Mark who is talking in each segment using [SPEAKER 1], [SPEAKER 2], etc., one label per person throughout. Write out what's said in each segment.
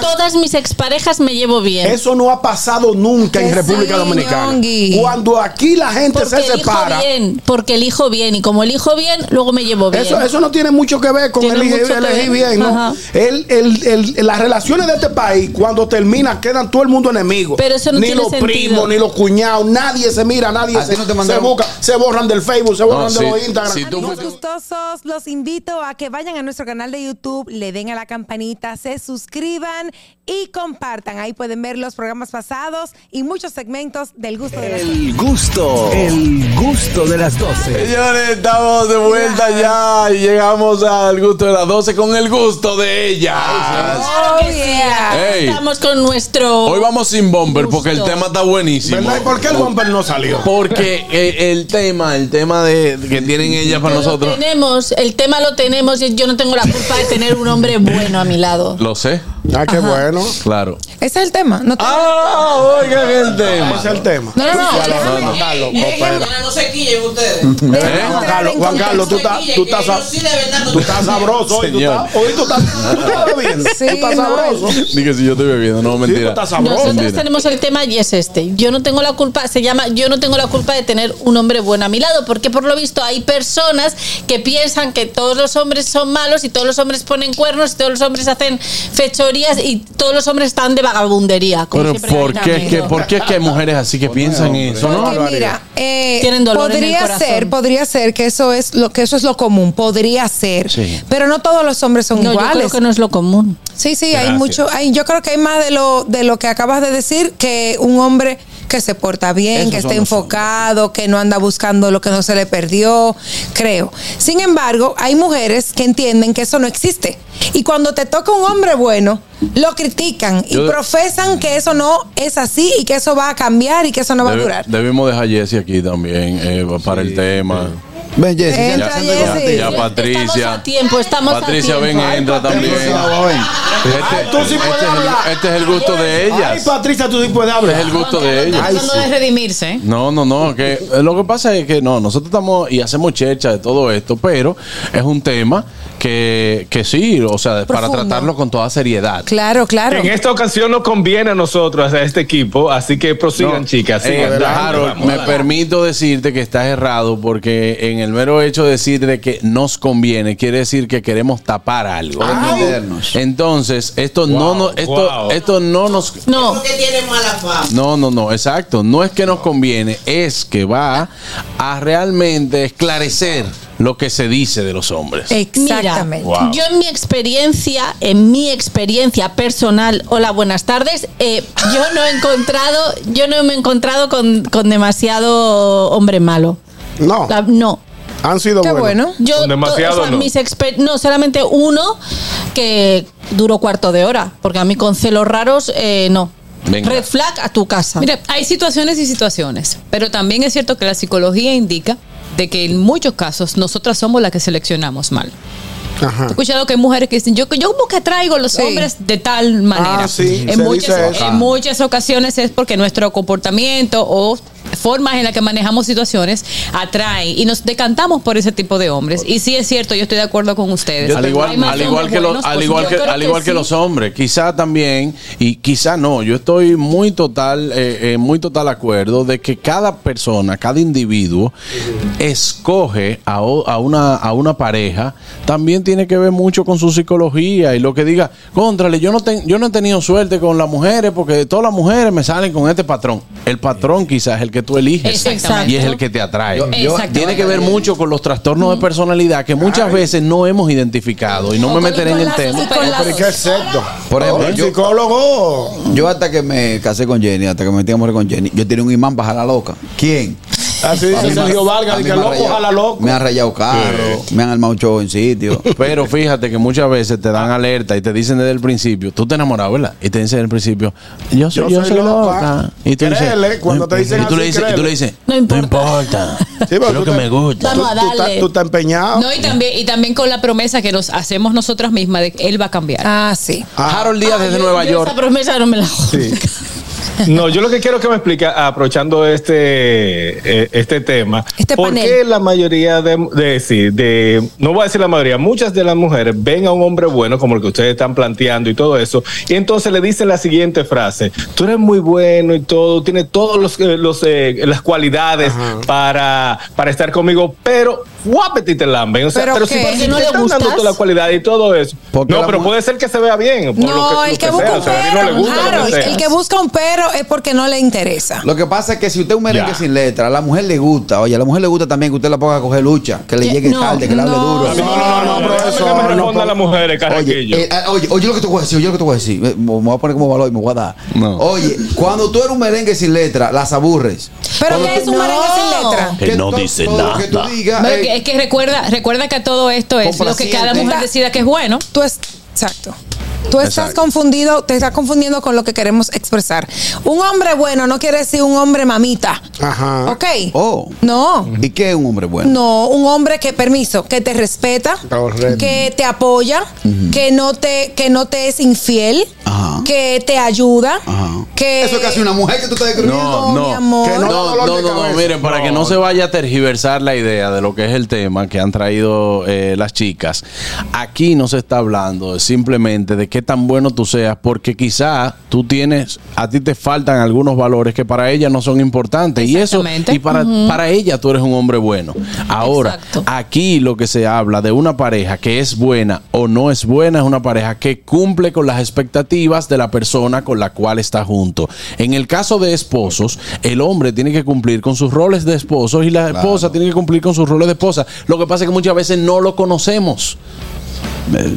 [SPEAKER 1] todas mis exparejas me llevo bien.
[SPEAKER 2] Eso no ha pasado nunca en
[SPEAKER 3] Que
[SPEAKER 2] República
[SPEAKER 3] sí,
[SPEAKER 2] Dominicana.
[SPEAKER 3] Ñongui.
[SPEAKER 2] Cuando aquí la gente
[SPEAKER 1] porque
[SPEAKER 2] se
[SPEAKER 1] elijo
[SPEAKER 2] separa,
[SPEAKER 1] bien, porque elijo bien y como elijo bien, luego me llevo bien.
[SPEAKER 2] eso, eso no tiene mucho que ver con
[SPEAKER 1] Tiene
[SPEAKER 2] elegir,
[SPEAKER 1] mucho que
[SPEAKER 2] elegir
[SPEAKER 1] ver.
[SPEAKER 2] bien. ¿no?
[SPEAKER 1] Ajá.
[SPEAKER 2] El- el- el- las relaciones de este país, cuando terminan, quedan todo el mundo enemigo.
[SPEAKER 1] Pero eso no
[SPEAKER 2] ni
[SPEAKER 1] tiene
[SPEAKER 2] los
[SPEAKER 1] sentido.
[SPEAKER 2] primos, ni los cuñados, nadie se mira, nadie
[SPEAKER 4] ¿A
[SPEAKER 2] se,
[SPEAKER 4] ti no te
[SPEAKER 2] se
[SPEAKER 4] mandaron?
[SPEAKER 2] busca, se borran del Facebook, se borran de
[SPEAKER 4] sí,
[SPEAKER 2] los Instagram.
[SPEAKER 4] sí, tú-
[SPEAKER 2] No
[SPEAKER 3] Amigos
[SPEAKER 2] se-
[SPEAKER 3] gustosos, los invito a que vayan a nuestro canal de YouTube, le den a la campanita, se suscriban y compartan. Ahí pueden ver los programas pasados y muchos segmentos del gusto de las
[SPEAKER 5] El gusto, el gusto de las 12.
[SPEAKER 4] Señores, estamos de vuelta ya y llegamos al gusto de las 12 con el gusto de ellas.
[SPEAKER 3] Oh, yeah.
[SPEAKER 4] Ey,
[SPEAKER 1] Estamos con nuestro.
[SPEAKER 4] hoy vamos sin bomber porque el
[SPEAKER 1] Gusto.
[SPEAKER 4] tema está buenísimo.
[SPEAKER 2] ¿Verdad? ¿Y por qué el bumper no salió?
[SPEAKER 4] Porque eh, el tema, el tema de que tienen ellas para
[SPEAKER 1] Pero
[SPEAKER 4] nosotros,
[SPEAKER 1] Tenemos, el tema lo tenemos y yo no tengo la culpa de tener un hombre bueno a mi lado.
[SPEAKER 4] lo sé,
[SPEAKER 2] Ah, qué bueno. Ese
[SPEAKER 4] claro.
[SPEAKER 6] Ese es el tema. No, te-
[SPEAKER 4] Ah, oigan el tema.
[SPEAKER 2] es el tema.
[SPEAKER 6] no, no. no.
[SPEAKER 2] Juan Carlos,
[SPEAKER 7] no se quillen ustedes.
[SPEAKER 2] Juan
[SPEAKER 4] ¿Eh?
[SPEAKER 2] Carlos, Juan Carlos, tú
[SPEAKER 7] No se
[SPEAKER 2] estás, tú
[SPEAKER 7] quillen, que
[SPEAKER 2] estás,
[SPEAKER 7] yo
[SPEAKER 2] sab-
[SPEAKER 7] sí de verdad no
[SPEAKER 2] tú estás sabroso hoy, tú
[SPEAKER 4] Señor.
[SPEAKER 2] estás, hoy tú estás, tú estás bebiendo,
[SPEAKER 6] Sí,
[SPEAKER 2] tú estás
[SPEAKER 6] no.
[SPEAKER 2] sabroso. Sí,
[SPEAKER 4] Dije si yo estoy bebiendo, no
[SPEAKER 2] tú
[SPEAKER 4] mentira.
[SPEAKER 2] estás sabroso.
[SPEAKER 1] Nosotros
[SPEAKER 4] Mentira.
[SPEAKER 1] tenemos el tema y es este. Yo no tengo la culpa, se llama Yo no tengo la culpa de tener un hombre bueno a mi lado, porque por lo visto hay personas que piensan que todos los hombres son malos y todos los hombres ponen cuernos y todos los hombres hacen fechorías y todos los hombres están de vagabundería. como
[SPEAKER 4] Pero
[SPEAKER 1] siempre
[SPEAKER 4] ¿por qué,
[SPEAKER 1] gritan,
[SPEAKER 4] es que,
[SPEAKER 1] amigo.
[SPEAKER 4] ¿por qué es que hay mujeres así que piensan eso, no?
[SPEAKER 6] Porque mira, eh,
[SPEAKER 1] Tienen dolor en el
[SPEAKER 6] podría
[SPEAKER 1] corazón.
[SPEAKER 6] ser, podría ser que eso es lo que eso es lo común, podría ser,
[SPEAKER 4] Sí.
[SPEAKER 6] pero no todos los hombres son
[SPEAKER 1] No, yo creo
[SPEAKER 6] iguales.
[SPEAKER 1] que no es lo común.
[SPEAKER 6] Sí, sí, hay mucho, hay, yo creo que hay más de lo de lo que acabas de decir que un hombre que se porta bien,
[SPEAKER 4] Esos
[SPEAKER 6] que
[SPEAKER 4] son
[SPEAKER 6] esté
[SPEAKER 4] los
[SPEAKER 6] enfocado, que no anda buscando lo que no se le perdió, creo. Sin embargo, hay mujeres que entienden que eso no existe. Y cuando te toca un hombre bueno, lo critican y
[SPEAKER 4] Yo-
[SPEAKER 6] profesan que eso no es así y que eso va a cambiar y que eso no va a
[SPEAKER 4] Debe-
[SPEAKER 6] durar.
[SPEAKER 4] debimos dejar a Jessy aquí también eh, para el tema.
[SPEAKER 5] Ven, Jessy, ya,
[SPEAKER 6] Entra,
[SPEAKER 5] ya,
[SPEAKER 4] Ya,
[SPEAKER 6] Jessy.
[SPEAKER 4] ya,
[SPEAKER 1] Estamos
[SPEAKER 4] Patricia.
[SPEAKER 1] a tiempo, estamos
[SPEAKER 4] Patricia,
[SPEAKER 1] a tiempo.
[SPEAKER 4] ven, entra también.
[SPEAKER 5] Ven, Ah, ven.
[SPEAKER 4] Este,
[SPEAKER 2] tú sí
[SPEAKER 4] este
[SPEAKER 2] puedes
[SPEAKER 4] es el,
[SPEAKER 2] hablar.
[SPEAKER 4] este es el gusto de
[SPEAKER 2] Ay,
[SPEAKER 4] ellas.
[SPEAKER 2] Patricia, tú sí puedes
[SPEAKER 4] Este es el
[SPEAKER 2] hablar.
[SPEAKER 4] gusto de ellas.
[SPEAKER 2] Ay, sí.
[SPEAKER 8] redimirse.
[SPEAKER 4] No, no, no, que eh, lo que pasa es que no, nosotros estamos y hacemos checha de todo esto, pero es un tema que, que sí, o sea, para
[SPEAKER 6] Profundo.
[SPEAKER 4] tratarlo con toda seriedad.
[SPEAKER 6] Claro, claro.
[SPEAKER 9] En esta ocasión nos conviene a nosotros, a este equipo, así que prosigan,
[SPEAKER 4] No.
[SPEAKER 9] chicas.
[SPEAKER 4] Eh,
[SPEAKER 9] sigan.
[SPEAKER 4] Harold,
[SPEAKER 9] Vamos,
[SPEAKER 4] me
[SPEAKER 9] vamos.
[SPEAKER 4] permito decirte que estás errado porque en el mero hecho de decirte que nos conviene quiere decir que queremos tapar algo.
[SPEAKER 5] entendernos.
[SPEAKER 4] Entonces, esto no nos, esto,
[SPEAKER 9] wow.
[SPEAKER 4] esto no nos
[SPEAKER 1] No,
[SPEAKER 7] Porque tienen mala fama.
[SPEAKER 4] no, no, no, exacto. No es que nos conviene, es que va a realmente esclarecer lo que se dice de los hombres.
[SPEAKER 6] Exactamente.
[SPEAKER 1] Mira, yo en mi experiencia, en mi experiencia personal, hola, buenas tardes, eh, yo no he encontrado, yo no me he encontrado con, con demasiado hombre malo.
[SPEAKER 2] No,
[SPEAKER 1] La- no.
[SPEAKER 2] han sido
[SPEAKER 6] Qué
[SPEAKER 2] buenos.
[SPEAKER 6] bueno.
[SPEAKER 1] Yo,
[SPEAKER 9] ¿Con demasiado
[SPEAKER 1] to- o sea,
[SPEAKER 9] no?
[SPEAKER 1] mis exper- no, solamente uno que duró cuarto de hora, porque a mí con celos raros, eh, no.
[SPEAKER 4] Venga.
[SPEAKER 1] Red flag a tu casa.
[SPEAKER 8] Mire, hay situaciones y situaciones, pero también es cierto que la psicología indica de que en muchos casos nosotras somos las que seleccionamos mal.
[SPEAKER 2] Ajá.
[SPEAKER 8] He escuchado que hay mujeres que dicen, yo, yo como que atraigo los
[SPEAKER 6] Sí.
[SPEAKER 8] hombres de tal manera.
[SPEAKER 2] Ah, sí, se
[SPEAKER 8] en,
[SPEAKER 2] dice
[SPEAKER 8] muchas,
[SPEAKER 2] eso.
[SPEAKER 8] en muchas ocasiones es porque nuestro comportamiento o formas en las que manejamos situaciones atraen y nos decantamos por ese tipo de hombres. Y sí es cierto, yo estoy de acuerdo con ustedes.
[SPEAKER 4] Al igual, al igual que los,
[SPEAKER 8] pues,
[SPEAKER 4] al igual que, al igual que los hombres, quizá también y quizá no. Yo estoy muy total, eh, eh, muy total acuerdo de que cada persona, cada individuo escoge a, o- a una a una pareja. También tiene que ver mucho con su psicología y lo que diga. Contrale, yo no ten- yo no he tenido suerte con las mujeres porque todas las mujeres me salen con este patrón. El patrón quizás es el que tú eliges
[SPEAKER 8] Exactamente.
[SPEAKER 4] y es el que te atrae.
[SPEAKER 8] Exacto.
[SPEAKER 4] Tiene que ver mucho con los trastornos de personalidad que muchas veces no hemos identificado y no me meteré en el tema.
[SPEAKER 2] Pero qué excepto.
[SPEAKER 5] Por ejemplo,
[SPEAKER 2] el
[SPEAKER 5] yo-
[SPEAKER 2] psicólogo.
[SPEAKER 5] Yo hasta que me casé con Jenny, hasta que me metí a morir con Jenny, yo tenía un imán para la loca. ¿Quién?
[SPEAKER 2] Así
[SPEAKER 5] A
[SPEAKER 2] dice
[SPEAKER 5] mí me-
[SPEAKER 2] Sergio
[SPEAKER 5] a
[SPEAKER 2] Vargas,
[SPEAKER 5] mí
[SPEAKER 2] y que
[SPEAKER 5] me ha
[SPEAKER 2] loco,
[SPEAKER 5] rayado-
[SPEAKER 2] ojalá loco.
[SPEAKER 5] Me han rayado carro, me han armado un show en sitio.
[SPEAKER 4] Pero fíjate que muchas veces te dan alerta y te dicen desde el principio, tú te enamoras, ¿verdad? Y te dicen desde el principio, yo soy, yo soy loca. Y tú dices, "Mm,
[SPEAKER 2] Créele, cuando te dicen
[SPEAKER 4] y tú le
[SPEAKER 2] así,
[SPEAKER 4] dices, y tú le dices,
[SPEAKER 1] No
[SPEAKER 4] no
[SPEAKER 1] importa".
[SPEAKER 4] importa.
[SPEAKER 2] Sí, pero
[SPEAKER 4] Creo
[SPEAKER 2] tú
[SPEAKER 4] que
[SPEAKER 2] te-
[SPEAKER 4] me gusta.
[SPEAKER 1] Vamos a
[SPEAKER 2] Tú- tú estás-
[SPEAKER 1] darle.
[SPEAKER 2] Tú estás empeñado.
[SPEAKER 8] No, y también, y también con la promesa que nos hacemos nosotras mismas de que él va a cambiar.
[SPEAKER 6] Ah, sí.
[SPEAKER 2] Ah,
[SPEAKER 4] Harold Díaz desde
[SPEAKER 1] Yo-
[SPEAKER 4] Nueva
[SPEAKER 1] yo
[SPEAKER 4] York.
[SPEAKER 1] Esa promesa no me la
[SPEAKER 2] sí.
[SPEAKER 9] No, yo lo que quiero que me explique, aprovechando este, eh, este tema,
[SPEAKER 6] Este
[SPEAKER 9] ¿por
[SPEAKER 6] panel.
[SPEAKER 9] qué la mayoría de, de- sí, de- no voy a decir la mayoría, muchas de las mujeres ven a un hombre bueno, como el que ustedes están planteando y todo eso, y entonces le dicen la siguiente frase, tú eres muy bueno y todo, tienes todas los, eh, los, eh, las cualidades para, para estar conmigo, pero guapete y te lamben. O sea,
[SPEAKER 6] ¿Pero
[SPEAKER 9] pero,
[SPEAKER 6] qué?
[SPEAKER 9] si
[SPEAKER 6] ¿Que
[SPEAKER 1] no
[SPEAKER 9] te
[SPEAKER 1] le
[SPEAKER 9] están dando
[SPEAKER 1] gustas?
[SPEAKER 9] toda la cualidad y todo eso.
[SPEAKER 5] Porque
[SPEAKER 9] no,
[SPEAKER 5] la
[SPEAKER 9] pero
[SPEAKER 5] mujer-
[SPEAKER 9] puede ser que se vea bien. por
[SPEAKER 6] No,
[SPEAKER 9] lo que-
[SPEAKER 6] el
[SPEAKER 9] lo
[SPEAKER 6] que
[SPEAKER 9] que
[SPEAKER 6] busca
[SPEAKER 9] sea,
[SPEAKER 6] un
[SPEAKER 9] o sea, a mí no le
[SPEAKER 6] pero,
[SPEAKER 9] gusta lo que
[SPEAKER 6] Harold,
[SPEAKER 9] sea.
[SPEAKER 6] el que busca un pero es porque no le interesa.
[SPEAKER 5] Lo que pasa es que si usted es un merengue
[SPEAKER 9] Ya.
[SPEAKER 5] sin letra, a la mujer le gusta. Oye, a la mujer le gusta también que usted la ponga a coger lucha, que le
[SPEAKER 1] Que-
[SPEAKER 5] llegue
[SPEAKER 1] no,
[SPEAKER 5] tarde, que le hable
[SPEAKER 6] no,
[SPEAKER 9] no,
[SPEAKER 5] duro.
[SPEAKER 9] no, no, no,
[SPEAKER 5] profesor,
[SPEAKER 9] déjame que me responda
[SPEAKER 5] pero-
[SPEAKER 9] a las mujeres, Carraquillo.
[SPEAKER 5] Oye, eh, ah, oye, oye lo que te voy a decir, oye lo que te voy a decir. Me, me voy a poner como valor y me voy a dar.
[SPEAKER 4] No.
[SPEAKER 5] Oye, cuando tú eres un merengue sin letra, las aburres.
[SPEAKER 6] Pero ¿qué es un
[SPEAKER 1] No.
[SPEAKER 6] merengue sin letra?
[SPEAKER 4] Que no
[SPEAKER 5] to-
[SPEAKER 4] dice
[SPEAKER 5] todo lo que tú
[SPEAKER 4] nada.
[SPEAKER 5] digas,
[SPEAKER 8] Pero
[SPEAKER 5] eh,
[SPEAKER 8] que- es que recuerda, recuerda que todo esto es lo que cada
[SPEAKER 5] Complaciente.
[SPEAKER 8] mujer decida que es bueno.
[SPEAKER 6] Tú es, exacto. Tú estás
[SPEAKER 4] Exacto.
[SPEAKER 6] confundido, te estás confundiendo con lo que queremos expresar. Un hombre bueno no quiere decir un hombre mamita.
[SPEAKER 2] Ajá.
[SPEAKER 6] ¿Ok?
[SPEAKER 5] Oh.
[SPEAKER 6] No.
[SPEAKER 5] ¿Y qué es un hombre bueno?
[SPEAKER 6] No, un hombre que, permiso, que te respeta,
[SPEAKER 2] Correcto.
[SPEAKER 6] que te apoya, que no te, que no te es infiel,
[SPEAKER 5] Ajá.
[SPEAKER 6] que te ayuda,
[SPEAKER 5] Ajá.
[SPEAKER 6] que
[SPEAKER 5] Eso es casi una mujer que tú estás describiendo.
[SPEAKER 4] No,
[SPEAKER 6] mi
[SPEAKER 4] no,
[SPEAKER 6] amor.
[SPEAKER 2] Que no,
[SPEAKER 4] no,
[SPEAKER 2] dolor
[SPEAKER 4] no,
[SPEAKER 2] de
[SPEAKER 4] no, no,
[SPEAKER 2] cabeza.
[SPEAKER 4] miren, para que no se vaya a tergiversar la idea de lo que es el tema que han traído eh, las chicas, aquí no se está hablando de simplemente de qué tan bueno tú seas, porque quizá tú tienes, a ti te faltan algunos valores que para ella no son importantes. Y eso,
[SPEAKER 8] Exactamente.
[SPEAKER 4] y para, para ella tú eres un hombre bueno. Ahora,
[SPEAKER 8] Exacto.
[SPEAKER 4] aquí lo que se habla de una pareja que es buena o no es buena es una pareja que cumple con las expectativas de la persona con la cual está junto. En el caso de esposos, el hombre tiene que cumplir con sus roles de esposos y la esposa tiene que cumplir con sus roles de esposa. Lo que pasa es que muchas veces no lo conocemos.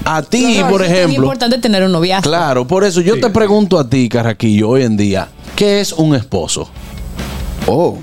[SPEAKER 4] A ti, por
[SPEAKER 8] Es muy
[SPEAKER 4] ejemplo.
[SPEAKER 8] importante tener un noviazgo.
[SPEAKER 4] Claro, por eso yo te pregunto a ti, Carraquillo, hoy en día, ¿qué es un esposo?
[SPEAKER 5] Oh,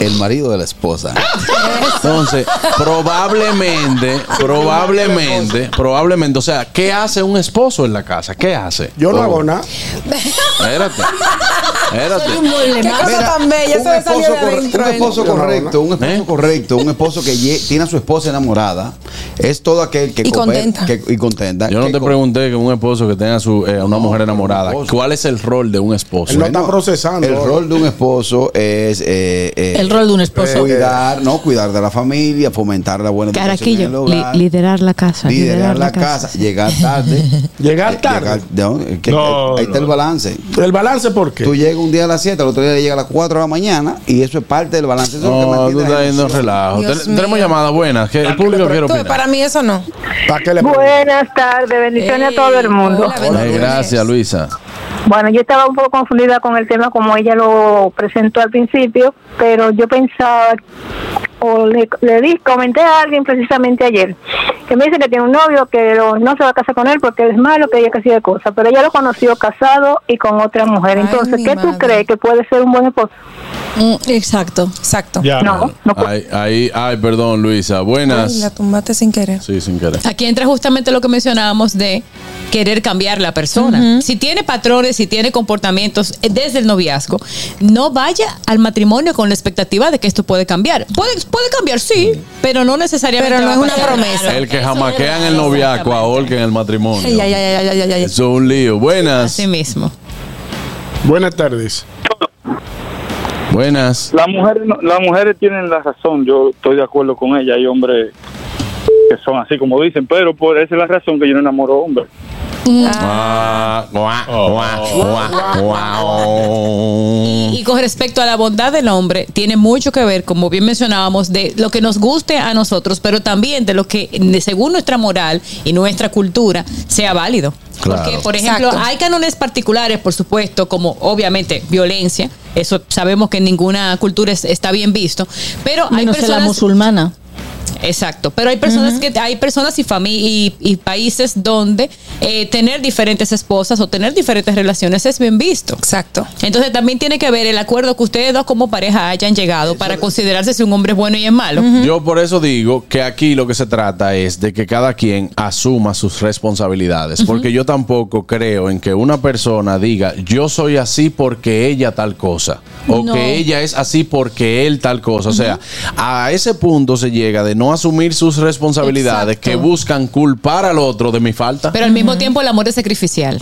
[SPEAKER 5] el marido de la esposa.
[SPEAKER 6] Ah,
[SPEAKER 4] Entonces, probablemente, probablemente, probablemente, o sea, ¿qué hace un esposo en la casa? ¿Qué hace?
[SPEAKER 2] Yo no
[SPEAKER 4] Oh,
[SPEAKER 2] hago nada.
[SPEAKER 4] Espérate.
[SPEAKER 1] Soy un
[SPEAKER 4] Espérate.
[SPEAKER 1] mueble
[SPEAKER 6] Qué
[SPEAKER 1] más.
[SPEAKER 6] cosa tan bella,
[SPEAKER 5] un
[SPEAKER 6] eso le salió
[SPEAKER 5] esposo,
[SPEAKER 6] de
[SPEAKER 5] corre-
[SPEAKER 6] adentro,
[SPEAKER 5] un
[SPEAKER 6] ¿eh?
[SPEAKER 5] esposo
[SPEAKER 2] Yo no hago
[SPEAKER 5] correcto, un esposo
[SPEAKER 4] ¿Eh?
[SPEAKER 5] correcto, un esposo que lle- tiene a su esposa enamorada, es todo aquel que
[SPEAKER 6] Y
[SPEAKER 5] coopera-
[SPEAKER 6] contenta.
[SPEAKER 5] que- y contenta.
[SPEAKER 4] Yo no
[SPEAKER 5] que
[SPEAKER 4] te
[SPEAKER 5] co-
[SPEAKER 4] pregunté que un esposo que tenga su, eh, una mujer
[SPEAKER 5] pero un
[SPEAKER 4] enamorada,
[SPEAKER 5] esposo.
[SPEAKER 4] ¿cuál es el rol de un esposo?
[SPEAKER 2] No está procesando.
[SPEAKER 5] El rol de un esposo es eh, eh,
[SPEAKER 1] El rol de un esposo.
[SPEAKER 5] cuidar, no cuidar de la familia, fomentar la buena educación en el
[SPEAKER 8] Carraquillo,
[SPEAKER 5] hogar,
[SPEAKER 8] li- liderar la casa.
[SPEAKER 5] liderar la casa, llegar tarde,
[SPEAKER 2] Llegar tarde.
[SPEAKER 5] llegar- no, es que- eh,
[SPEAKER 9] No,
[SPEAKER 5] ahí está
[SPEAKER 9] no.
[SPEAKER 5] el balance.
[SPEAKER 2] ¿El balance por qué?
[SPEAKER 5] Tú llegas un día a las 7, al otro día llega a las 4 de la mañana y eso es parte del balance. Eso es lo que
[SPEAKER 4] No, tú
[SPEAKER 5] mantiene la
[SPEAKER 4] estás yendo
[SPEAKER 5] relación.
[SPEAKER 4] relajo.
[SPEAKER 6] Dios
[SPEAKER 4] Ten-
[SPEAKER 6] mío.
[SPEAKER 4] Tenemos llamadas buenas. que el público quiere
[SPEAKER 6] Tú,
[SPEAKER 4] opinar.
[SPEAKER 6] para mí eso no.
[SPEAKER 2] ¿Para qué le pregunto?
[SPEAKER 10] Buenas tardes, bendiciones
[SPEAKER 6] Ey,
[SPEAKER 10] a todo el mundo.
[SPEAKER 6] hola,
[SPEAKER 4] Ay,
[SPEAKER 6] bendiciones.
[SPEAKER 4] gracias, Luisa.
[SPEAKER 10] Bueno, yo estaba un poco confundida con el tema como ella lo presentó al principio, pero yo pensaba, o le, le di, comenté a alguien precisamente ayer, que me dice que tiene un novio, que lo- no se va a casar con él porque él es malo, que ella casi de cosas, pero ella lo conoció casado y con otra mujer.
[SPEAKER 6] Ay,
[SPEAKER 10] Entonces,
[SPEAKER 6] mi
[SPEAKER 10] ¿qué
[SPEAKER 6] madre.
[SPEAKER 10] tú crees que puede ser un buen esposo?
[SPEAKER 1] Mm, Exacto.
[SPEAKER 6] Exacto.
[SPEAKER 11] Ah,
[SPEAKER 9] Ya,
[SPEAKER 10] No, no puede.
[SPEAKER 4] Ay, ay, ay, perdón, Luisa. Buenas.
[SPEAKER 6] Ay, la tumbaste sin querer.
[SPEAKER 4] Sí, sin querer.
[SPEAKER 8] Aquí entra justamente lo que mencionábamos de querer cambiar la persona. Si tiene patrones, si tiene comportamientos eh, desde el noviazgo, no vaya al matrimonio con la expectativa de que esto puede cambiar. Puede, puede cambiar, sí, pero no necesariamente.
[SPEAKER 6] Pero no
[SPEAKER 8] va a
[SPEAKER 6] es una
[SPEAKER 8] pasar.
[SPEAKER 6] promesa.
[SPEAKER 4] El que
[SPEAKER 8] Eso
[SPEAKER 4] jamaquea
[SPEAKER 8] es
[SPEAKER 4] en el noviazgo,
[SPEAKER 8] exactamente.
[SPEAKER 4] ahorca en el matrimonio.
[SPEAKER 6] Ay, ay, ay, ay, ay, ay, ay.
[SPEAKER 4] Eso es un lío. Buenas.
[SPEAKER 8] Así mismo.
[SPEAKER 2] Buenas tardes.
[SPEAKER 4] Buenas.
[SPEAKER 11] Las mujeres, no- las mujeres tienen la razón, yo estoy de acuerdo con ella. Hay hombres que son así como dicen, pero por esa es la razón que yo no enamoro a hombres.
[SPEAKER 4] Ah, guá, guá, guá, guá.
[SPEAKER 8] Y con respecto a la bondad del hombre, tiene mucho que ver, como bien mencionábamos, de lo que nos guste a nosotros, pero también de lo que, de- según nuestra moral y nuestra cultura, sea válido.
[SPEAKER 4] Claro.
[SPEAKER 8] Porque, por ejemplo,
[SPEAKER 6] Exacto.
[SPEAKER 8] hay cánones particulares, por supuesto, como obviamente violencia. Eso sabemos que en ninguna cultura es- está bien visto. Pero hay
[SPEAKER 1] Menos en la
[SPEAKER 8] personas.
[SPEAKER 1] musulmana.
[SPEAKER 8] Exacto, pero hay personas que hay personas y fami- y, y países donde eh, tener diferentes esposas o tener diferentes relaciones es bien visto.
[SPEAKER 6] Exacto.
[SPEAKER 8] Entonces también tiene que ver el acuerdo que ustedes dos como pareja hayan llegado para considerarse si un hombre es bueno y es malo.
[SPEAKER 4] Yo por eso digo que aquí lo que se trata es de que cada quien asuma sus responsabilidades, porque yo tampoco creo en que una persona diga yo soy así porque ella tal cosa o
[SPEAKER 1] No.
[SPEAKER 4] que ella es así porque él tal cosa. O sea, a ese punto se llega de no asumir sus responsabilidades
[SPEAKER 1] Exacto.
[SPEAKER 4] que buscan culpar al otro de mi falta.
[SPEAKER 8] Pero al mismo tiempo el amor es sacrificial.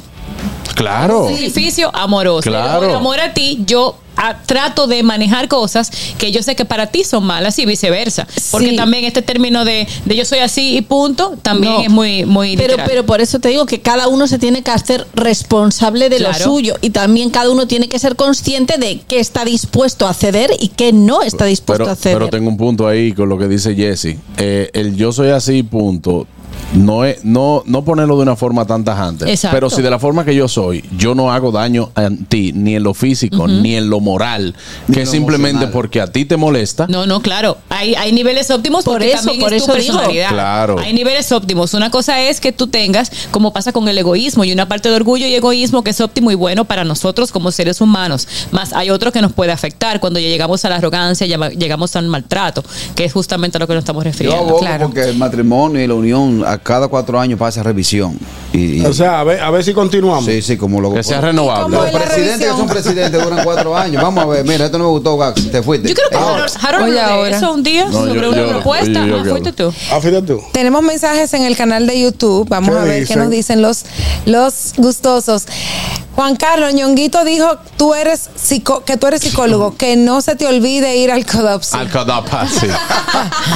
[SPEAKER 4] Claro.
[SPEAKER 8] Un sacrificio amoroso.
[SPEAKER 4] Claro.
[SPEAKER 8] Por amor a ti, yo ah, trato de manejar cosas que yo sé que para ti son malas y viceversa. Porque
[SPEAKER 1] Sí.
[SPEAKER 8] también este término de, de yo soy así y punto también
[SPEAKER 1] No.
[SPEAKER 8] es muy, muy
[SPEAKER 1] pero,
[SPEAKER 8] literal.
[SPEAKER 1] pero por eso te digo que cada uno se tiene que hacer responsable de
[SPEAKER 8] Claro.
[SPEAKER 1] lo suyo y también cada uno tiene que ser consciente de qué está dispuesto a ceder y qué no está dispuesto
[SPEAKER 4] Pero,
[SPEAKER 1] a ceder.
[SPEAKER 4] pero tengo un punto ahí con lo que dice Jesse. Eh, el yo soy así, punto. No, es, no, no ponerlo de una forma tan tajante.
[SPEAKER 12] Exacto.
[SPEAKER 4] Pero si de la forma que yo soy, yo no hago daño a ti, ni en lo físico, ni en lo moral, que es simplemente porque a ti te molesta.
[SPEAKER 8] No, no, claro. Hay, hay niveles óptimos porque
[SPEAKER 1] eso,
[SPEAKER 8] también
[SPEAKER 1] por
[SPEAKER 8] es tu
[SPEAKER 1] eso digo.
[SPEAKER 8] personalidad.
[SPEAKER 4] Claro.
[SPEAKER 8] Hay niveles óptimos. Una cosa es que tú tengas, como pasa con el egoísmo, y una parte de orgullo y egoísmo que es óptimo y bueno para nosotros como seres humanos. Más hay otro que nos puede afectar cuando ya llegamos a la arrogancia, ya llegamos al maltrato, que es justamente a lo que nos estamos
[SPEAKER 5] Yo
[SPEAKER 8] refiriendo.
[SPEAKER 5] abogo porque el matrimonio y la unión a cada cuatro años pasa revisión. Y,
[SPEAKER 2] O sea, a ver, a ver si continuamos.
[SPEAKER 5] Sí, sí, como lo
[SPEAKER 4] Que sea renovable.
[SPEAKER 5] Los presidentes que son presidentes duran cuatro años. Vamos a ver, mira, esto no me gustó, Gax, te fuiste.
[SPEAKER 8] Yo creo que
[SPEAKER 5] Ahora.
[SPEAKER 8] Harold, Harold
[SPEAKER 6] Oye,
[SPEAKER 8] habló de
[SPEAKER 6] ahora.
[SPEAKER 8] eso un día
[SPEAKER 5] No,
[SPEAKER 8] sobre
[SPEAKER 5] yo-
[SPEAKER 8] una
[SPEAKER 5] yo-
[SPEAKER 8] propuesta.
[SPEAKER 5] yo- yo
[SPEAKER 8] Ah,
[SPEAKER 5] que
[SPEAKER 8] fuiste tú.
[SPEAKER 2] Afírate tú.
[SPEAKER 6] Tenemos mensajes en el canal de YouTube. Vamos
[SPEAKER 2] ¿Qué
[SPEAKER 6] a ver qué
[SPEAKER 2] dicen?
[SPEAKER 6] nos dicen los, los gustosos. Juan Carlos Ñonguito dijo tú eres psico- que tú eres psicólogo, que no se te olvide ir al CODOPSI.
[SPEAKER 2] Ah,
[SPEAKER 4] Al cadapa, sí.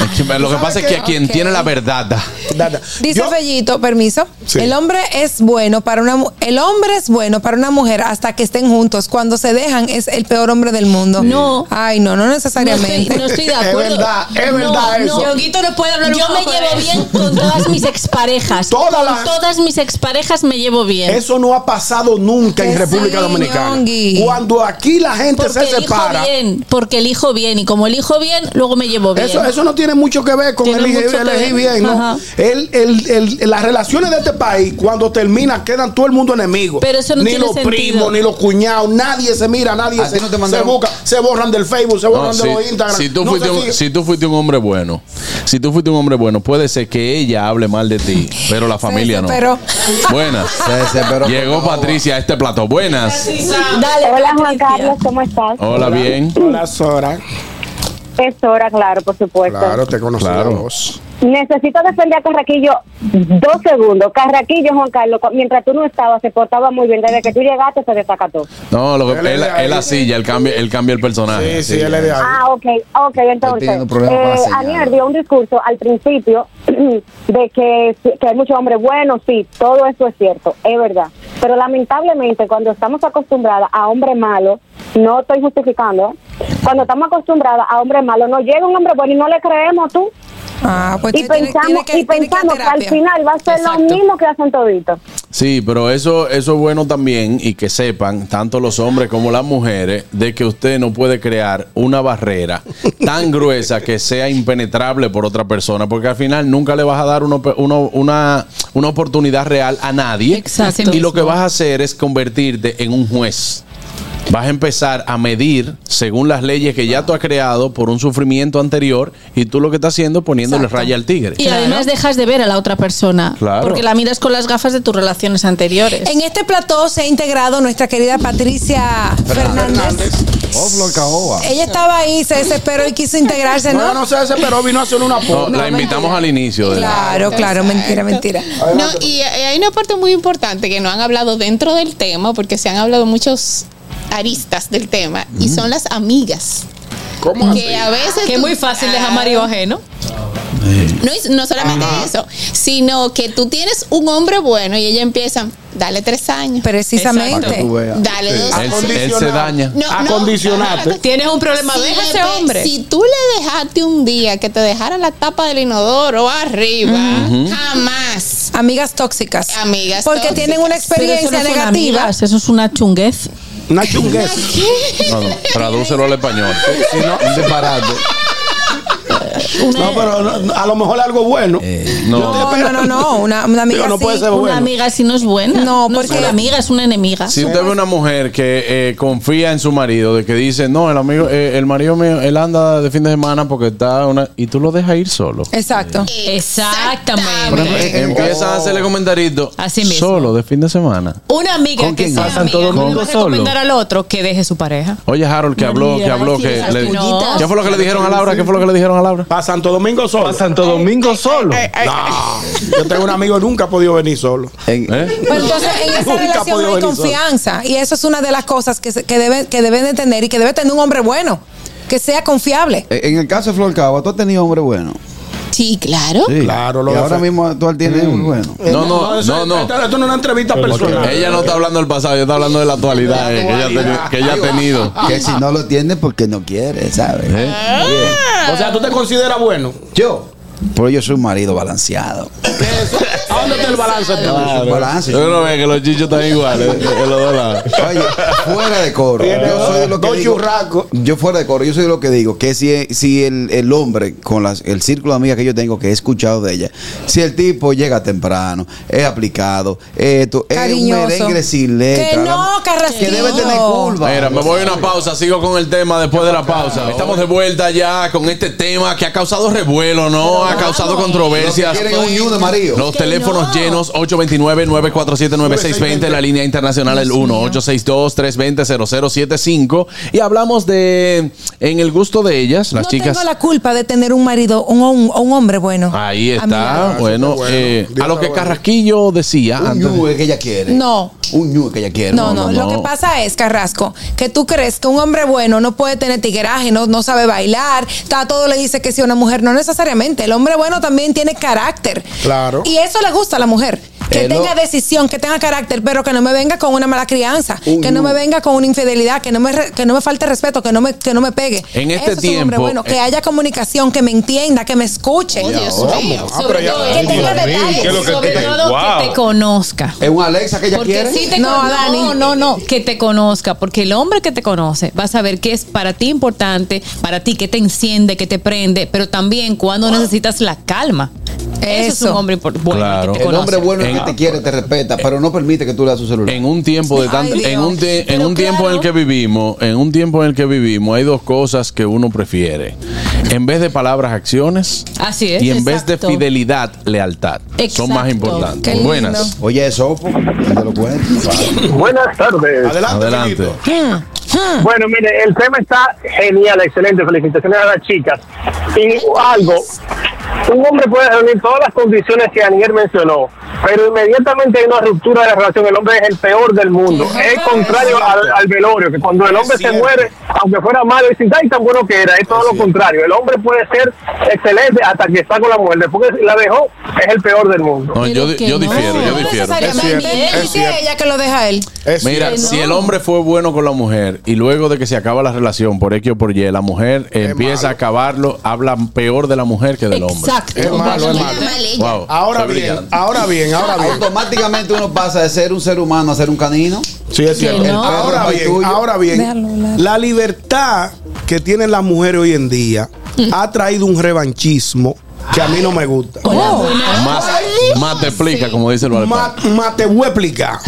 [SPEAKER 4] Es que Lo que pasa es que a quien
[SPEAKER 6] Ok.
[SPEAKER 4] tiene la verdad. da.
[SPEAKER 2] Dada.
[SPEAKER 6] Dice
[SPEAKER 2] Yo-
[SPEAKER 6] Fellito, permiso.
[SPEAKER 2] Sí.
[SPEAKER 6] El hombre es bueno para una mu- el hombre es bueno para una mujer hasta que estén juntos. Cuando se dejan es el peor hombre del mundo.
[SPEAKER 1] No.
[SPEAKER 6] Ay, no, no necesariamente.
[SPEAKER 1] No estoy de
[SPEAKER 2] Es
[SPEAKER 1] acuerdo.
[SPEAKER 2] verdad, es verdad eso.
[SPEAKER 8] Yonguito no puede hablar
[SPEAKER 1] Yo
[SPEAKER 8] un
[SPEAKER 1] me
[SPEAKER 8] poco de
[SPEAKER 1] llevo
[SPEAKER 8] eso.
[SPEAKER 1] bien con todas mis exparejas.
[SPEAKER 2] Todas
[SPEAKER 1] con
[SPEAKER 2] las-
[SPEAKER 1] todas mis exparejas me llevo bien.
[SPEAKER 2] Eso no ha pasado nunca en
[SPEAKER 6] Que
[SPEAKER 2] República
[SPEAKER 6] sí,
[SPEAKER 2] Dominicana.
[SPEAKER 6] Ñongui.
[SPEAKER 2] Cuando aquí la gente
[SPEAKER 1] porque
[SPEAKER 2] se
[SPEAKER 1] elijo
[SPEAKER 2] separa.
[SPEAKER 1] bien, porque elijo bien y como elijo bien, luego me llevo bien.
[SPEAKER 2] Eso, eso no tiene mucho que ver con
[SPEAKER 1] Tiene
[SPEAKER 2] elegir,
[SPEAKER 1] mucho que
[SPEAKER 2] elegir
[SPEAKER 1] ver.
[SPEAKER 2] bien, ¿no?
[SPEAKER 1] Ajá.
[SPEAKER 2] El- el- el- las relaciones de este país, cuando terminan, quedan todo el mundo enemigo.
[SPEAKER 1] Pero eso no
[SPEAKER 2] ni
[SPEAKER 1] tiene
[SPEAKER 2] los
[SPEAKER 1] sentido.
[SPEAKER 2] primos, ni los cuñados, nadie se mira, nadie
[SPEAKER 5] ¿A
[SPEAKER 2] se,
[SPEAKER 5] ti no te
[SPEAKER 2] se
[SPEAKER 5] mandaron?
[SPEAKER 2] busca, se borran del Facebook, se
[SPEAKER 4] No,
[SPEAKER 2] borran de
[SPEAKER 4] si,
[SPEAKER 2] los Instagram.
[SPEAKER 4] si tú
[SPEAKER 2] No
[SPEAKER 4] fuiste
[SPEAKER 2] se
[SPEAKER 4] un,
[SPEAKER 2] sigue.
[SPEAKER 4] si tú fuiste un hombre bueno, si tú fuiste un hombre bueno, puede ser que ella hable mal de ti, pero la familia no.
[SPEAKER 6] desesperó.
[SPEAKER 4] Buenas.
[SPEAKER 5] Se desesperó.
[SPEAKER 4] Llegó Patricia a este plato. Buenas.
[SPEAKER 1] Dale,
[SPEAKER 10] Hola Juan
[SPEAKER 1] Patricia.
[SPEAKER 10] Carlos, ¿cómo estás?
[SPEAKER 11] Oh.
[SPEAKER 4] Hola, bien.
[SPEAKER 2] Hola, Sora.
[SPEAKER 10] Es hora, claro, por supuesto.
[SPEAKER 2] Claro, te conocí la
[SPEAKER 4] Claro.
[SPEAKER 2] voz.
[SPEAKER 10] Necesito defender a Carraquillo dos segundos. Carraquillo, Juan Carlos, cu- mientras tú no estabas, se portaba muy bien. Desde que tú llegaste, se desacató.
[SPEAKER 4] No, lo que,
[SPEAKER 2] Él es
[SPEAKER 4] él,
[SPEAKER 2] de ahí.
[SPEAKER 4] él así, ya él cambia, él cambia el personaje.
[SPEAKER 2] Sí, sí, él es de ahí.
[SPEAKER 10] Ah, ok, ok, entonces.
[SPEAKER 5] teniendo problemas con la
[SPEAKER 10] eh,
[SPEAKER 5] señal.
[SPEAKER 10] Anier dio un discurso al principio de que, que hay muchos hombres buenos, sí, todo eso es cierto, es verdad. Pero lamentablemente, cuando estamos acostumbradas a hombres malos, no estoy justificando, ¿eh? cuando estamos acostumbradas a hombres malos, nos llega un hombre bueno y no le creemos tú.
[SPEAKER 6] Ah, pues
[SPEAKER 10] Y
[SPEAKER 6] tiene- tiene
[SPEAKER 10] pensamos,
[SPEAKER 6] que-
[SPEAKER 10] y
[SPEAKER 6] tiene que ir a
[SPEAKER 10] pensamos que, al
[SPEAKER 6] terapia.
[SPEAKER 10] final va a ser lo
[SPEAKER 8] Exacto.
[SPEAKER 10] mismo que hacen toditos.
[SPEAKER 4] Sí, pero eso, eso es bueno también y que sepan, tanto los hombres como las mujeres, de que usted no puede crear una barrera tan gruesa que sea impenetrable por otra persona, porque al final nunca le vas a dar uno- uno- una, una oportunidad real a nadie.
[SPEAKER 8] Exacto.
[SPEAKER 4] Y lo que vas a hacer es convertirte en un juez. Vas a empezar a medir según las leyes que ya tú has creado por un sufrimiento anterior y tú lo que estás haciendo es poniéndole raya al tigre.
[SPEAKER 1] Y además dejas de ver a la otra persona.
[SPEAKER 4] Claro.
[SPEAKER 1] Porque la miras con las gafas de tus relaciones anteriores.
[SPEAKER 6] En este plató se ha integrado nuestra querida Patricia
[SPEAKER 1] Ah,
[SPEAKER 6] Fernández.
[SPEAKER 5] Oflo Oh, Caoba.
[SPEAKER 6] Ella estaba ahí, se desesperó y quiso integrarse,
[SPEAKER 2] No,
[SPEAKER 6] ¿no?
[SPEAKER 2] no se desesperó, vino a hacer una
[SPEAKER 4] No,
[SPEAKER 2] porra.
[SPEAKER 4] la invitamos al inicio. De la-
[SPEAKER 6] Claro, claro, mentira, mentira.
[SPEAKER 12] No, y eh, hay una parte muy importante que no han hablado dentro del tema, porque se han hablado muchos aristas del tema, y son las amigas.
[SPEAKER 2] ¿Cómo
[SPEAKER 12] Que a veces.
[SPEAKER 8] Que es
[SPEAKER 12] tú-
[SPEAKER 8] muy fácil dejar
[SPEAKER 12] Ah,
[SPEAKER 8] marido ajeno.
[SPEAKER 12] No, y no solamente eso, sino que tú tienes un hombre bueno y ella empieza, dale tres años,
[SPEAKER 5] Para que
[SPEAKER 6] Precisamente.
[SPEAKER 5] tú veas.
[SPEAKER 12] dale dos
[SPEAKER 4] Él,
[SPEAKER 12] años.
[SPEAKER 4] él se daña.
[SPEAKER 12] No, no,
[SPEAKER 2] Acondicionate.
[SPEAKER 12] ajá.
[SPEAKER 8] Tienes un problema, deja
[SPEAKER 12] le
[SPEAKER 8] ese
[SPEAKER 12] pe-
[SPEAKER 8] hombre.
[SPEAKER 12] Si tú le dejaste un día que te dejara la tapa del inodoro arriba, jamás.
[SPEAKER 6] Amigas tóxicas.
[SPEAKER 12] Amigas
[SPEAKER 6] Porque
[SPEAKER 12] tóxicas.
[SPEAKER 6] tienen una
[SPEAKER 1] Pero eso
[SPEAKER 6] experiencia
[SPEAKER 1] no son
[SPEAKER 6] negativa.
[SPEAKER 1] amigas, eso es una chunguez.
[SPEAKER 2] Una chunguez.
[SPEAKER 4] No, no, tradúcelo al español.
[SPEAKER 5] Si no, un disparate.
[SPEAKER 2] No, pero no, a lo mejor algo bueno.
[SPEAKER 4] Eh. No.
[SPEAKER 6] No, no, no, no. Una, una amiga
[SPEAKER 2] Digo, no
[SPEAKER 6] así.
[SPEAKER 2] puede ser
[SPEAKER 1] Una
[SPEAKER 2] bueno.
[SPEAKER 1] amiga si no es buena.
[SPEAKER 6] No,
[SPEAKER 1] es
[SPEAKER 6] porque-
[SPEAKER 1] una amiga, es una enemiga.
[SPEAKER 4] Si usted ve una mujer que eh, confía en su marido, de que dice, no, el amigo, eh, el marido mío, él anda de fin de semana porque está una. Y tú lo dejas ir solo.
[SPEAKER 6] Exacto.
[SPEAKER 4] Por ejemplo,
[SPEAKER 8] Exactamente.
[SPEAKER 4] eh, empieza a hacerle comentaritos
[SPEAKER 8] Así mismo.
[SPEAKER 4] solo de fin de semana.
[SPEAKER 8] Una amiga
[SPEAKER 4] ¿Con
[SPEAKER 8] que
[SPEAKER 4] quién?
[SPEAKER 8] sea
[SPEAKER 4] Pasan
[SPEAKER 8] amiga,
[SPEAKER 4] todo el
[SPEAKER 8] no le
[SPEAKER 4] mundo
[SPEAKER 8] va a recomendar
[SPEAKER 4] solo.
[SPEAKER 8] al otro que deje su pareja.
[SPEAKER 4] Oye, Harold, que habló, que habló, que
[SPEAKER 1] esas
[SPEAKER 4] le-
[SPEAKER 1] pullitas.
[SPEAKER 4] ¿Qué fue lo que le dijeron a Laura? ¿Qué fue lo que le dijeron a Laura?
[SPEAKER 2] Para Santo Domingo solo. Para
[SPEAKER 9] Santo Domingo solo.
[SPEAKER 2] No, yo tengo un amigo que nunca ha podido venir solo.
[SPEAKER 4] ¿Eh?
[SPEAKER 6] Pues entonces en esa
[SPEAKER 2] Nunca ha
[SPEAKER 6] relación
[SPEAKER 2] podido
[SPEAKER 6] no hay
[SPEAKER 2] venir
[SPEAKER 6] confianza y eso es una de las cosas que, se- que, deben, que deben de tener y que debe tener un hombre bueno, que sea confiable.
[SPEAKER 5] En el caso de Flor Cava, tú has tenido hombre bueno.
[SPEAKER 12] Sí, claro.
[SPEAKER 5] Sí.
[SPEAKER 2] Claro, lo
[SPEAKER 5] y
[SPEAKER 2] de
[SPEAKER 5] ahora
[SPEAKER 2] Fer-
[SPEAKER 5] mismo tú tienes
[SPEAKER 4] Mm.
[SPEAKER 5] un bueno.
[SPEAKER 4] Eh, No, no,
[SPEAKER 2] eso-
[SPEAKER 4] no, no.
[SPEAKER 2] Esto, esto no es una entrevista personal.
[SPEAKER 4] Ella no está hablando del pasado, ella está hablando de la actualidad eh, que, ella ha teni- que ella ha tenido.
[SPEAKER 5] Que si no lo tienes porque no quieres, ¿sabes?
[SPEAKER 4] ¿Eh?
[SPEAKER 2] O sea, tú te consideras bueno.
[SPEAKER 5] Yo. Pero yo soy un marido balanceado.
[SPEAKER 2] ¿A dónde está el balance? tú?
[SPEAKER 5] Yo soy balance.
[SPEAKER 4] Yo no veo que los chichos están iguales. eh, en los dos lados.
[SPEAKER 5] Oye, fuera de coro. Yo soy de lo que
[SPEAKER 2] Dos
[SPEAKER 5] digo.
[SPEAKER 2] churrascos.
[SPEAKER 5] Yo fuera de coro, yo soy de lo que digo, que si, si el, el hombre, con las, el círculo de amigas que yo tengo, que he escuchado de ella, si el tipo llega temprano, es aplicado, es, tu- es un
[SPEAKER 6] Cariñoso.
[SPEAKER 5] merengue sin letra,
[SPEAKER 6] Que
[SPEAKER 5] la-
[SPEAKER 6] no, Carrasquillo.
[SPEAKER 5] que debe tener curva.
[SPEAKER 4] Mira, me voy a una pausa, sigo con el tema después de la pausa. Estamos de vuelta ya con este tema que ha causado revuelo, ¿no? Ha causado
[SPEAKER 5] Lo
[SPEAKER 4] controversias.
[SPEAKER 5] que quieren es un ñu de marido.
[SPEAKER 4] Los teléfonos llenos 829-947-9620, la línea internacional el 1-862-320-0075. Y hablamos de en el gusto de ellas, las
[SPEAKER 6] no
[SPEAKER 4] chicas.
[SPEAKER 6] tengo la culpa de tener un marido un, un, un hombre bueno.
[SPEAKER 4] Ahí
[SPEAKER 6] A mi
[SPEAKER 5] Ah,
[SPEAKER 6] lado.
[SPEAKER 4] está. Bueno, eh, a lo que Carrasquillo decía
[SPEAKER 5] Un
[SPEAKER 4] antes.
[SPEAKER 5] ñu es que ella quiere.
[SPEAKER 6] No.
[SPEAKER 5] Un ñu es que ella quiere.
[SPEAKER 6] No, no, lo que pasa es, Carrasco, que tú crees que un hombre bueno no puede tener tigueraje, no, no sabe bailar, está todo le dice que sí a una mujer, no necesariamente. El hombre bueno también tiene carácter.
[SPEAKER 2] Claro.
[SPEAKER 6] Y eso le gusta a la mujer. Que
[SPEAKER 5] Eh, no.
[SPEAKER 6] tenga decisión, que tenga carácter, pero que no me venga con una mala crianza,
[SPEAKER 5] Un
[SPEAKER 6] que no
[SPEAKER 5] no.
[SPEAKER 6] me venga con una infidelidad, que no me, re- que no me falte respeto, que no me, que no me pegue.
[SPEAKER 4] En este
[SPEAKER 6] Eso es un hombre
[SPEAKER 4] tiempo,
[SPEAKER 6] bueno, que
[SPEAKER 4] eh,
[SPEAKER 6] haya comunicación, que me entienda, que me escuche. ah,
[SPEAKER 8] Sobre todo,
[SPEAKER 6] Que tenga
[SPEAKER 9] ¿Qué es lo que
[SPEAKER 6] detalles.
[SPEAKER 8] sobre
[SPEAKER 9] te-
[SPEAKER 8] todo
[SPEAKER 9] Wow.
[SPEAKER 8] que te conozca.
[SPEAKER 5] Es un Alexa que ella
[SPEAKER 8] Porque
[SPEAKER 5] quiere.
[SPEAKER 8] si te
[SPEAKER 6] No,
[SPEAKER 8] con-
[SPEAKER 6] a Dani.
[SPEAKER 8] no, no, no, que te conozca, porque el hombre que te conoce va a saber qué es para ti importante, para ti que te enciende, que te prende, pero también cuando necesitas la calma. Eso, es un
[SPEAKER 6] Eso.
[SPEAKER 8] hombre por- bueno
[SPEAKER 4] Claro.
[SPEAKER 8] que te
[SPEAKER 5] El
[SPEAKER 8] conoce.
[SPEAKER 5] hombre bueno es el que te quiere, te respeta, pero no permite que tú le das su celular.
[SPEAKER 4] en un tiempo de
[SPEAKER 6] Ay,
[SPEAKER 4] tanto,
[SPEAKER 6] Dios.
[SPEAKER 4] en un, te- en
[SPEAKER 8] Pero
[SPEAKER 4] un tiempo en el que
[SPEAKER 8] claro.
[SPEAKER 4] vivimos, en un tiempo en el que vivimos, hay dos cosas que uno prefiere. En vez de palabras, acciones.
[SPEAKER 8] Así es.
[SPEAKER 4] Y en vez de
[SPEAKER 8] Exacto.
[SPEAKER 4] fidelidad, lealtad. Son
[SPEAKER 8] Exacto.
[SPEAKER 4] más
[SPEAKER 6] Qué
[SPEAKER 4] importantes.
[SPEAKER 6] lindo.
[SPEAKER 4] Buenas.
[SPEAKER 5] Oye, eso, po, te lo cuento.
[SPEAKER 11] Buenas tardes.
[SPEAKER 2] Adelante,
[SPEAKER 4] Adelante.
[SPEAKER 2] Fellito.
[SPEAKER 11] Bueno, mire, el tema está genial, excelente. Felicitaciones a las chicas. Y algo, un hombre puede reunir todas las condiciones que Daniel mencionó, pero inmediatamente hay una ruptura de la relación. El hombre es el peor del mundo. Es contrario al, al velorio, que cuando el hombre se muere, aunque fuera malo, dicen, ay, tan bueno que era. Es todo lo contrario. El hombre puede ser excelente hasta que está con la mujer. Después que la dejó, es el peor del mundo.
[SPEAKER 4] No, yo, di-
[SPEAKER 8] que no.
[SPEAKER 4] yo difiero, yo
[SPEAKER 6] No
[SPEAKER 4] difiero.
[SPEAKER 6] necesariamente.
[SPEAKER 2] Es cierto,
[SPEAKER 6] Él
[SPEAKER 2] es
[SPEAKER 6] dice a
[SPEAKER 2] cierto.
[SPEAKER 6] ella que lo deja a él.
[SPEAKER 2] Es
[SPEAKER 4] Mira,
[SPEAKER 2] cierto.
[SPEAKER 4] si el hombre fue bueno con la mujer y luego de que se acaba la relación por X o por Y, la mujer empieza a acabarlo, habla peor de la mujer que del hombre.
[SPEAKER 8] Exacto.
[SPEAKER 2] Es malo, es malo.
[SPEAKER 4] Wow,
[SPEAKER 2] Ahora
[SPEAKER 4] fue
[SPEAKER 2] bien,
[SPEAKER 4] brillante.
[SPEAKER 2] ahora bien, ahora bien.
[SPEAKER 5] Automáticamente uno pasa de ser un ser humano a ser un canino.
[SPEAKER 2] Sí, es
[SPEAKER 4] Eh,
[SPEAKER 2] cierto.
[SPEAKER 8] no.
[SPEAKER 4] Ah,
[SPEAKER 2] Ahora
[SPEAKER 5] El perro
[SPEAKER 2] bien,
[SPEAKER 5] es
[SPEAKER 2] ahora
[SPEAKER 6] Déjalo
[SPEAKER 2] bien.
[SPEAKER 6] hablar.
[SPEAKER 2] La libertad que tienen las mujeres hoy en día ha traído un revanchismo que a mí no me gusta.
[SPEAKER 6] Oh,
[SPEAKER 4] Más, más te explica, como dice el
[SPEAKER 2] Ma-
[SPEAKER 4] Valpar.
[SPEAKER 2] Matehuéplica.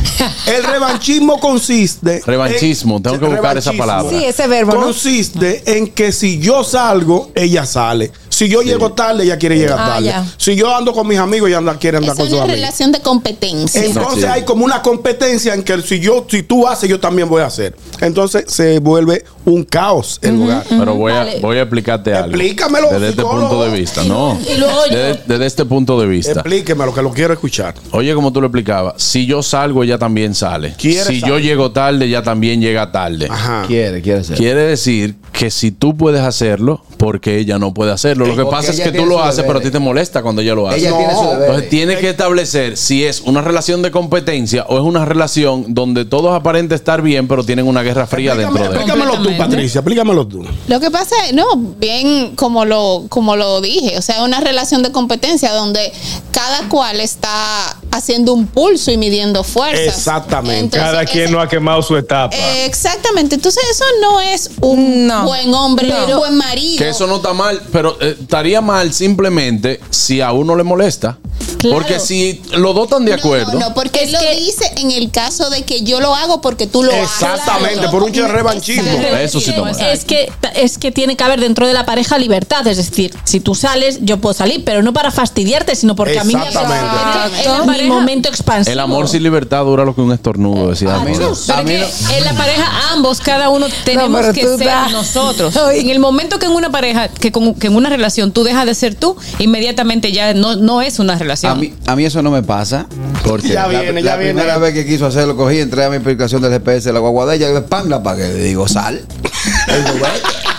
[SPEAKER 2] El revanchismo consiste.
[SPEAKER 4] Revanchismo, tengo que buscar esa
[SPEAKER 2] revanchismo.
[SPEAKER 4] palabra.
[SPEAKER 6] Sí, ese verbo, ¿no?
[SPEAKER 2] Consiste en que si yo salgo, ella sale. Si yo llego tarde, ella quiere llegar
[SPEAKER 6] Ah,
[SPEAKER 2] tarde.
[SPEAKER 6] ya.
[SPEAKER 2] Si yo ando con mis amigos, ella anda- quiere andar
[SPEAKER 12] Es
[SPEAKER 2] con sus
[SPEAKER 12] una
[SPEAKER 2] amigos.
[SPEAKER 12] relación de competencia.
[SPEAKER 2] Entonces
[SPEAKER 4] Sí.
[SPEAKER 2] hay como una competencia en que si yo, si tú haces, yo también voy a hacer. Entonces se vuelve un caos el lugar.
[SPEAKER 4] Pero voy a,
[SPEAKER 1] Vale.
[SPEAKER 4] voy a explicarte algo.
[SPEAKER 2] Explícamelo,
[SPEAKER 4] Desde este
[SPEAKER 2] psicólogo.
[SPEAKER 4] punto de vista, ¿no?
[SPEAKER 1] Y luego yo-
[SPEAKER 4] Desde, desde este punto de vista.
[SPEAKER 2] Explíqueme lo que lo quiero escuchar.
[SPEAKER 4] Oye, como tú lo explicabas, si yo salgo, ella también sale. Si
[SPEAKER 2] Quiere
[SPEAKER 4] yo
[SPEAKER 2] salir.
[SPEAKER 4] llego tarde, ella también llega tarde.
[SPEAKER 2] Ajá.
[SPEAKER 5] Quiere, quiere ser.
[SPEAKER 4] Quiere decir que si tú puedes hacerlo, porque ella no puede hacerlo. Lo que
[SPEAKER 5] Porque
[SPEAKER 4] pasa es
[SPEAKER 5] ella
[SPEAKER 4] que tú
[SPEAKER 5] tiene
[SPEAKER 4] lo
[SPEAKER 5] sus
[SPEAKER 4] haces, pero a ti
[SPEAKER 5] deberes.
[SPEAKER 4] te molesta cuando ella lo hace.
[SPEAKER 5] Ella
[SPEAKER 2] No.
[SPEAKER 5] tiene su
[SPEAKER 4] Entonces
[SPEAKER 5] deber.
[SPEAKER 4] tiene que establecer si es una relación de competencia o es una relación donde todos aparenten estar bien, pero tienen una guerra fría
[SPEAKER 2] Explícame-
[SPEAKER 4] dentro de ella.
[SPEAKER 2] explícamelo tú,
[SPEAKER 8] Completamente.
[SPEAKER 2] Patricia. Explícamelo tú.
[SPEAKER 12] Lo que pasa es, no, bien como lo, como lo dije, o sea, una relación de competencia donde cada cual está haciendo un pulso y midiendo fuerzas.
[SPEAKER 2] Exactamente.
[SPEAKER 9] Cada
[SPEAKER 12] Entonces,
[SPEAKER 9] quien
[SPEAKER 12] ese-
[SPEAKER 9] no ha quemado su etapa.
[SPEAKER 12] eh, Exactamente, entonces eso no es un
[SPEAKER 6] No.
[SPEAKER 12] buen hombre, un buen marido.
[SPEAKER 4] Que eso no está mal, pero eh, estaría mal simplemente si a uno le molesta.
[SPEAKER 1] Claro.
[SPEAKER 4] Porque si los dos están de acuerdo.
[SPEAKER 12] No, porque él lo dice en el caso de que yo lo hago porque tú lo haces.
[SPEAKER 2] Exactamente, por un revanchismo.
[SPEAKER 4] Eso sí toma.
[SPEAKER 1] Es que, es que tiene que haber dentro de la pareja libertad. Es decir, si tú sales, yo puedo salir, pero no para fastidiarte, sino porque a mí me
[SPEAKER 2] Exactamente.
[SPEAKER 1] apetece tener mi momento expansivo.
[SPEAKER 4] El amor sin libertad dura lo que un estornudo, decía
[SPEAKER 1] Ah,
[SPEAKER 4] mi abuela.
[SPEAKER 1] chus, pero
[SPEAKER 4] A mí
[SPEAKER 1] que-
[SPEAKER 4] no-
[SPEAKER 8] En la pareja, ambos, cada uno tenemos
[SPEAKER 6] pero
[SPEAKER 8] que
[SPEAKER 6] tú
[SPEAKER 8] ser
[SPEAKER 6] estás-
[SPEAKER 8] nosotros.
[SPEAKER 6] Ay.
[SPEAKER 8] En el momento que en una pareja, que, con- que en una relación tú dejas de ser tú, inmediatamente ya no, no es una relación.
[SPEAKER 5] A mí, a mí eso no me pasa. Porque
[SPEAKER 2] Ya
[SPEAKER 5] la-
[SPEAKER 2] viene,
[SPEAKER 5] la
[SPEAKER 2] ya viene.
[SPEAKER 5] primera vez que quiso hacerlo, cogí, entré a mi aplicación del GPS, la guagua de ella, y pan la apagué. Le digo, sal.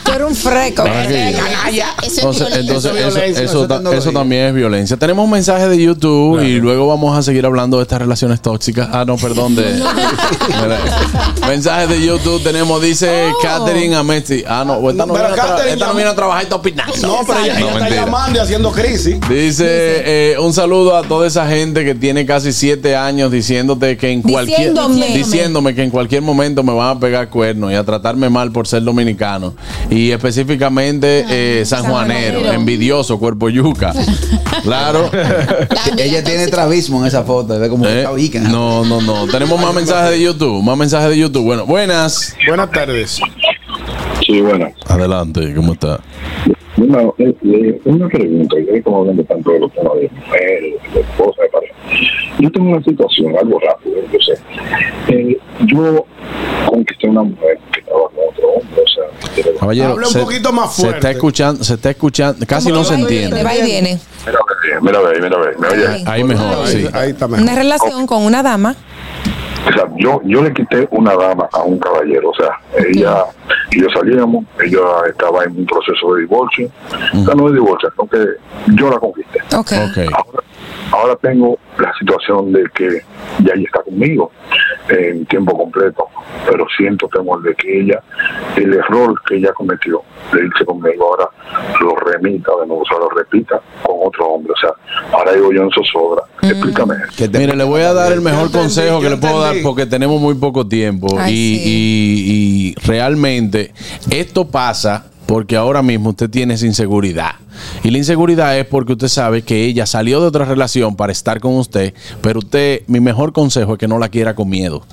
[SPEAKER 6] Tú eres un freco.
[SPEAKER 4] Ah, Entonces, entonces,
[SPEAKER 2] Eso es
[SPEAKER 4] eso,
[SPEAKER 2] violencia,
[SPEAKER 4] eso
[SPEAKER 2] eso es
[SPEAKER 4] ta-
[SPEAKER 2] tecnología.
[SPEAKER 4] eso también es violencia. Tenemos un mensaje de YouTube y luego vamos a seguir hablando de estas relaciones tóxicas. Ah, no, perdón. De, Mira, mensaje de YouTube tenemos, dice Catherine Amesti. Ah, no, esta no,
[SPEAKER 2] Pero
[SPEAKER 4] viene, a tra-
[SPEAKER 2] Catherine
[SPEAKER 4] esta no
[SPEAKER 2] llamó-
[SPEAKER 4] viene a trabajar y está opinando.
[SPEAKER 2] No, pero ella,
[SPEAKER 4] No,
[SPEAKER 2] ella está
[SPEAKER 4] mentira.
[SPEAKER 2] llamando y haciendo crisis.
[SPEAKER 4] Dice eh, un saludo a toda esa gente que tiene casi siete años diciéndote que en cualquier
[SPEAKER 6] Diciéndome.
[SPEAKER 4] diciéndome que en cualquier momento me van a pegar cuernos y a tratarme mal por ser dominicano y específicamente eh, sanjuanero,
[SPEAKER 8] sanjuanero.
[SPEAKER 4] envidioso, cuerpo yuca, claro.
[SPEAKER 5] Ella tiene travismo en esa foto. Ve como que
[SPEAKER 4] Eh,
[SPEAKER 5] está bica.
[SPEAKER 4] no, no, no. Tenemos más mensajes de YouTube, más mensajes de YouTube. Bueno, buenas.
[SPEAKER 2] Buenas tardes.
[SPEAKER 13] Sí, bueno.
[SPEAKER 4] Adelante, ¿cómo está?
[SPEAKER 13] Bueno, eh, eh, una pregunta, y ahí como hablan de tanto de los temas de mujer, de esposa, de pareja. Yo tengo una situación, algo rápido, yo sé. Eh, yo conquisté una mujer que estaba con otro hombre, o sea, que era-
[SPEAKER 4] Caballero,
[SPEAKER 2] Habla un poquito más
[SPEAKER 4] Se está
[SPEAKER 2] fuerte.
[SPEAKER 4] escuchando, se está escuchando, casi no se
[SPEAKER 6] Le
[SPEAKER 4] entiende.
[SPEAKER 6] va y viene.
[SPEAKER 13] Mira, ve, mira, ve, mira, ve, me oye.
[SPEAKER 4] Ahí mejor,
[SPEAKER 2] Ahí,
[SPEAKER 4] sí.
[SPEAKER 2] ahí está
[SPEAKER 6] Una
[SPEAKER 2] mejor.
[SPEAKER 6] relación con una dama.
[SPEAKER 13] O sea, yo, yo le quité una dama a un caballero, o sea, ella y yo salíamos, ella estaba en un proceso de divorcio, o sea, no de divorcio, sino que yo la conquisté.
[SPEAKER 6] Ok.
[SPEAKER 4] Ok.
[SPEAKER 13] Ahora, ahora tengo la situación de que ya ella está conmigo en tiempo completo, pero siento temor de que ella, el error que ella cometió de irse conmigo, ahora lo remita de nuevo, o sea, lo repita con otro hombre. O sea, ahora digo yo en zozobra.
[SPEAKER 9] Mm.
[SPEAKER 13] Explícame.
[SPEAKER 5] Que te-
[SPEAKER 4] Mire, le voy a dar el mejor
[SPEAKER 2] entendí,
[SPEAKER 4] consejo que
[SPEAKER 2] yo
[SPEAKER 4] le puedo dar
[SPEAKER 2] entendí.
[SPEAKER 4] porque tenemos muy poco tiempo
[SPEAKER 6] Ay,
[SPEAKER 4] y, y- y realmente esto pasa porque ahora mismo usted tiene esa inseguridad. Y la inseguridad es porque usted sabe que ella salió de otra relación para estar con usted, pero usted, mi mejor consejo es que no la quiera con miedo.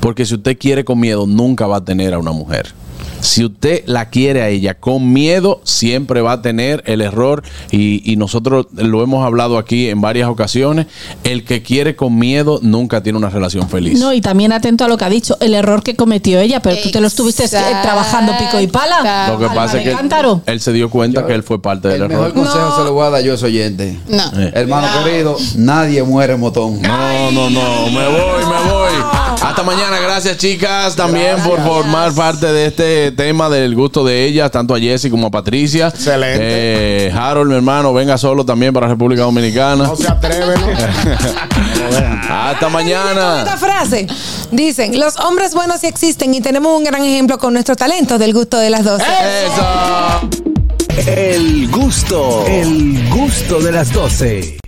[SPEAKER 4] Porque si usted quiere con miedo, nunca va a tener a una mujer. Si usted la quiere a ella con miedo, siempre va a tener el error. Y, y nosotros lo hemos hablado aquí en varias ocasiones. El que quiere con miedo nunca tiene una relación feliz.
[SPEAKER 1] No, y también atento a lo que ha dicho, el error que cometió ella, pero tú te lo estuviste eh, trabajando pico y pala.
[SPEAKER 4] lo que
[SPEAKER 1] Al
[SPEAKER 4] pasa es que
[SPEAKER 1] cántaro.
[SPEAKER 4] él se dio cuenta que él fue parte del
[SPEAKER 5] El
[SPEAKER 4] error.
[SPEAKER 5] mejor consejo se lo voy a dar yo a ese oyente.
[SPEAKER 12] No.
[SPEAKER 4] Eh.
[SPEAKER 5] Hermano querido, nadie muere motón.
[SPEAKER 4] No, no, no, me voy, me voy. Hasta mañana, gracias chicas también por formar parte de este tema del gusto de ellas, tanto a Jessy como a Patricia.
[SPEAKER 2] Excelente.
[SPEAKER 4] Eh, Harold, mi hermano, venga solo también para República Dominicana.
[SPEAKER 2] No se atreve, ¿no?
[SPEAKER 4] Hasta
[SPEAKER 6] Esta
[SPEAKER 4] mañana.
[SPEAKER 6] frase. Dicen, los hombres buenos sí existen y tenemos un gran ejemplo con nuestro talento del gusto de las dos.
[SPEAKER 4] Eso.
[SPEAKER 14] El gusto, el gusto de las 12.